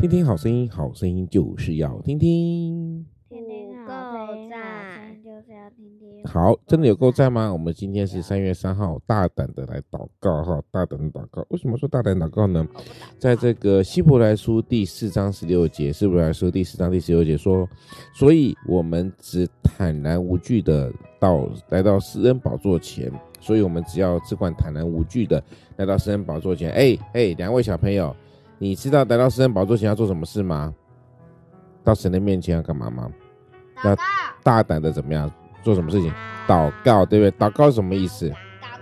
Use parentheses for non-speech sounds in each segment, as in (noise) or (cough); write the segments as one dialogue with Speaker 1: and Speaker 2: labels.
Speaker 1: 听听好声音，好声音就是要听听。
Speaker 2: 天天好声音好声音就是要听听。
Speaker 1: 好，真的有够赞吗？我们今天是三月三号，大胆的来祷告哈，大胆的祷告。为什么说大胆祷告呢？在这个希伯来书第四章十六节，希伯来书第四章第十六节说，所以我们只坦然无惧的到来到施恩宝座前，所以我们只要只管坦然无惧的来到施恩宝座前。哎哎，两位小朋友，你知道来到施恩宝座前要做什么事吗？到神的面前要干嘛吗？
Speaker 2: 祷告，
Speaker 1: 大胆的怎么样做什么事情？祷告，对不对？祷告是什么意思？
Speaker 2: 祷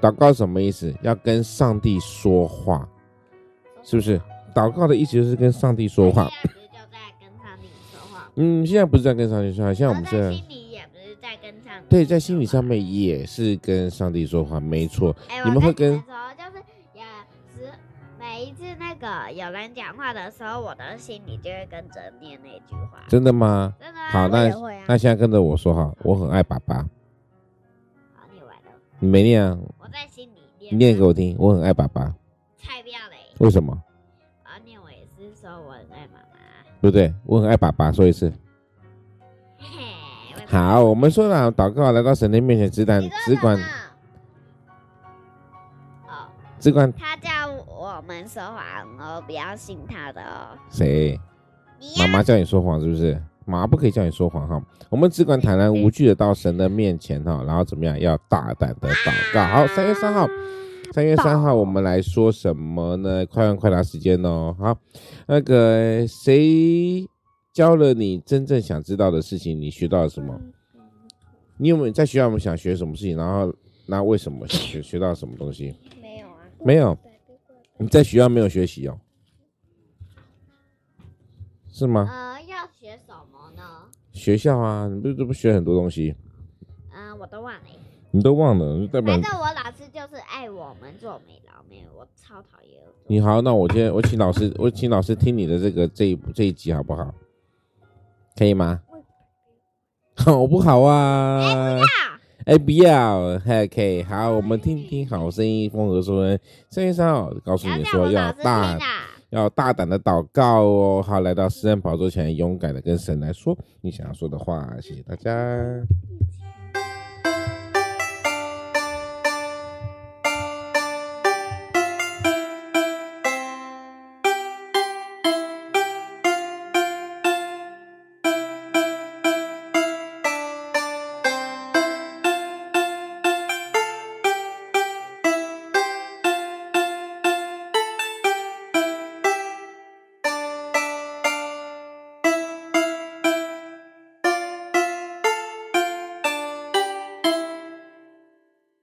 Speaker 2: 告，
Speaker 1: 祷告是什么意思？要跟上帝说话，是不是？祷告的意思就是跟上帝说话。
Speaker 2: 现在不是就在跟上帝说话
Speaker 1: (laughs)
Speaker 2: 吗？
Speaker 1: 嗯，现在不是在跟上帝说话，现在我们
Speaker 2: 然后
Speaker 1: 是
Speaker 2: 心里也不是在跟上帝。
Speaker 1: 对在心理。上面也是跟上帝说话，没错。
Speaker 2: 哎、
Speaker 1: 你
Speaker 2: 我
Speaker 1: 们会跟
Speaker 2: 的时候就是也时每一次那个有人讲话的时候，我的心里就会跟着念那句话。
Speaker 1: 真的吗？
Speaker 2: 真的啊，
Speaker 1: 好
Speaker 2: 我
Speaker 1: 那
Speaker 2: 也会啊。
Speaker 1: 那现在跟着我说哈，我很爱爸爸。
Speaker 2: 好，你完了，
Speaker 1: 你没念啊？
Speaker 2: 我在心里念。
Speaker 1: 你念给我听，我很爱爸爸。
Speaker 2: 蔡妙蕾，
Speaker 1: 为什么？
Speaker 2: 我要啊念我也是说我很爱妈妈。
Speaker 1: 对不对？我很爱爸爸，说一次。
Speaker 2: 嘿嘿，为什么
Speaker 1: 好，我们说了祷告，来到神的面前，只管
Speaker 2: 你说
Speaker 1: 只管
Speaker 2: 什么哦，
Speaker 1: 只管
Speaker 2: 他叫我们说谎哦，不要信他的哦。
Speaker 1: 谁？
Speaker 2: 你
Speaker 1: 妈
Speaker 2: 呀，
Speaker 1: 妈叫你说谎是不是？妈妈不可以叫你说谎哈，我们只管坦然无惧的到神的面前哈，然后怎么样？要大胆的祷告。好，三月三号，三月三号我们来说什么呢？快问快答时间哦。好，那个谁教了你真正想知道的事情？你学到了什么？你有没有在学校有没有想学什么事情？然后那为什么想学学到什么东西？
Speaker 2: 没有啊，
Speaker 1: 没有，你在学校没有学习哦，是吗？
Speaker 2: 呃，要学什么呢？
Speaker 1: 学校啊，你不这不学很多东西，
Speaker 2: 嗯、我都忘了耶。
Speaker 1: 你都忘了，就代表
Speaker 2: 反
Speaker 1: 你
Speaker 2: 正我老师就是爱我们做美劳妹，我超讨厌。
Speaker 1: 你好。那我今天我请老师，我请老师听你的这个这一这一集好不好？可以吗？好不好啊？
Speaker 2: 啊，
Speaker 1: 哎，不要，还可以。好，我们听听好声音，风和说声。三月三号告诉
Speaker 2: 要
Speaker 1: 你
Speaker 2: 叫我
Speaker 1: 说
Speaker 2: 老
Speaker 1: 要
Speaker 2: 师听
Speaker 1: 大
Speaker 2: 啊。
Speaker 1: 要大胆的祷告哦。好，来到诗人宝座前，勇敢的跟神来说你想要说的话。谢谢大家。
Speaker 2: 一起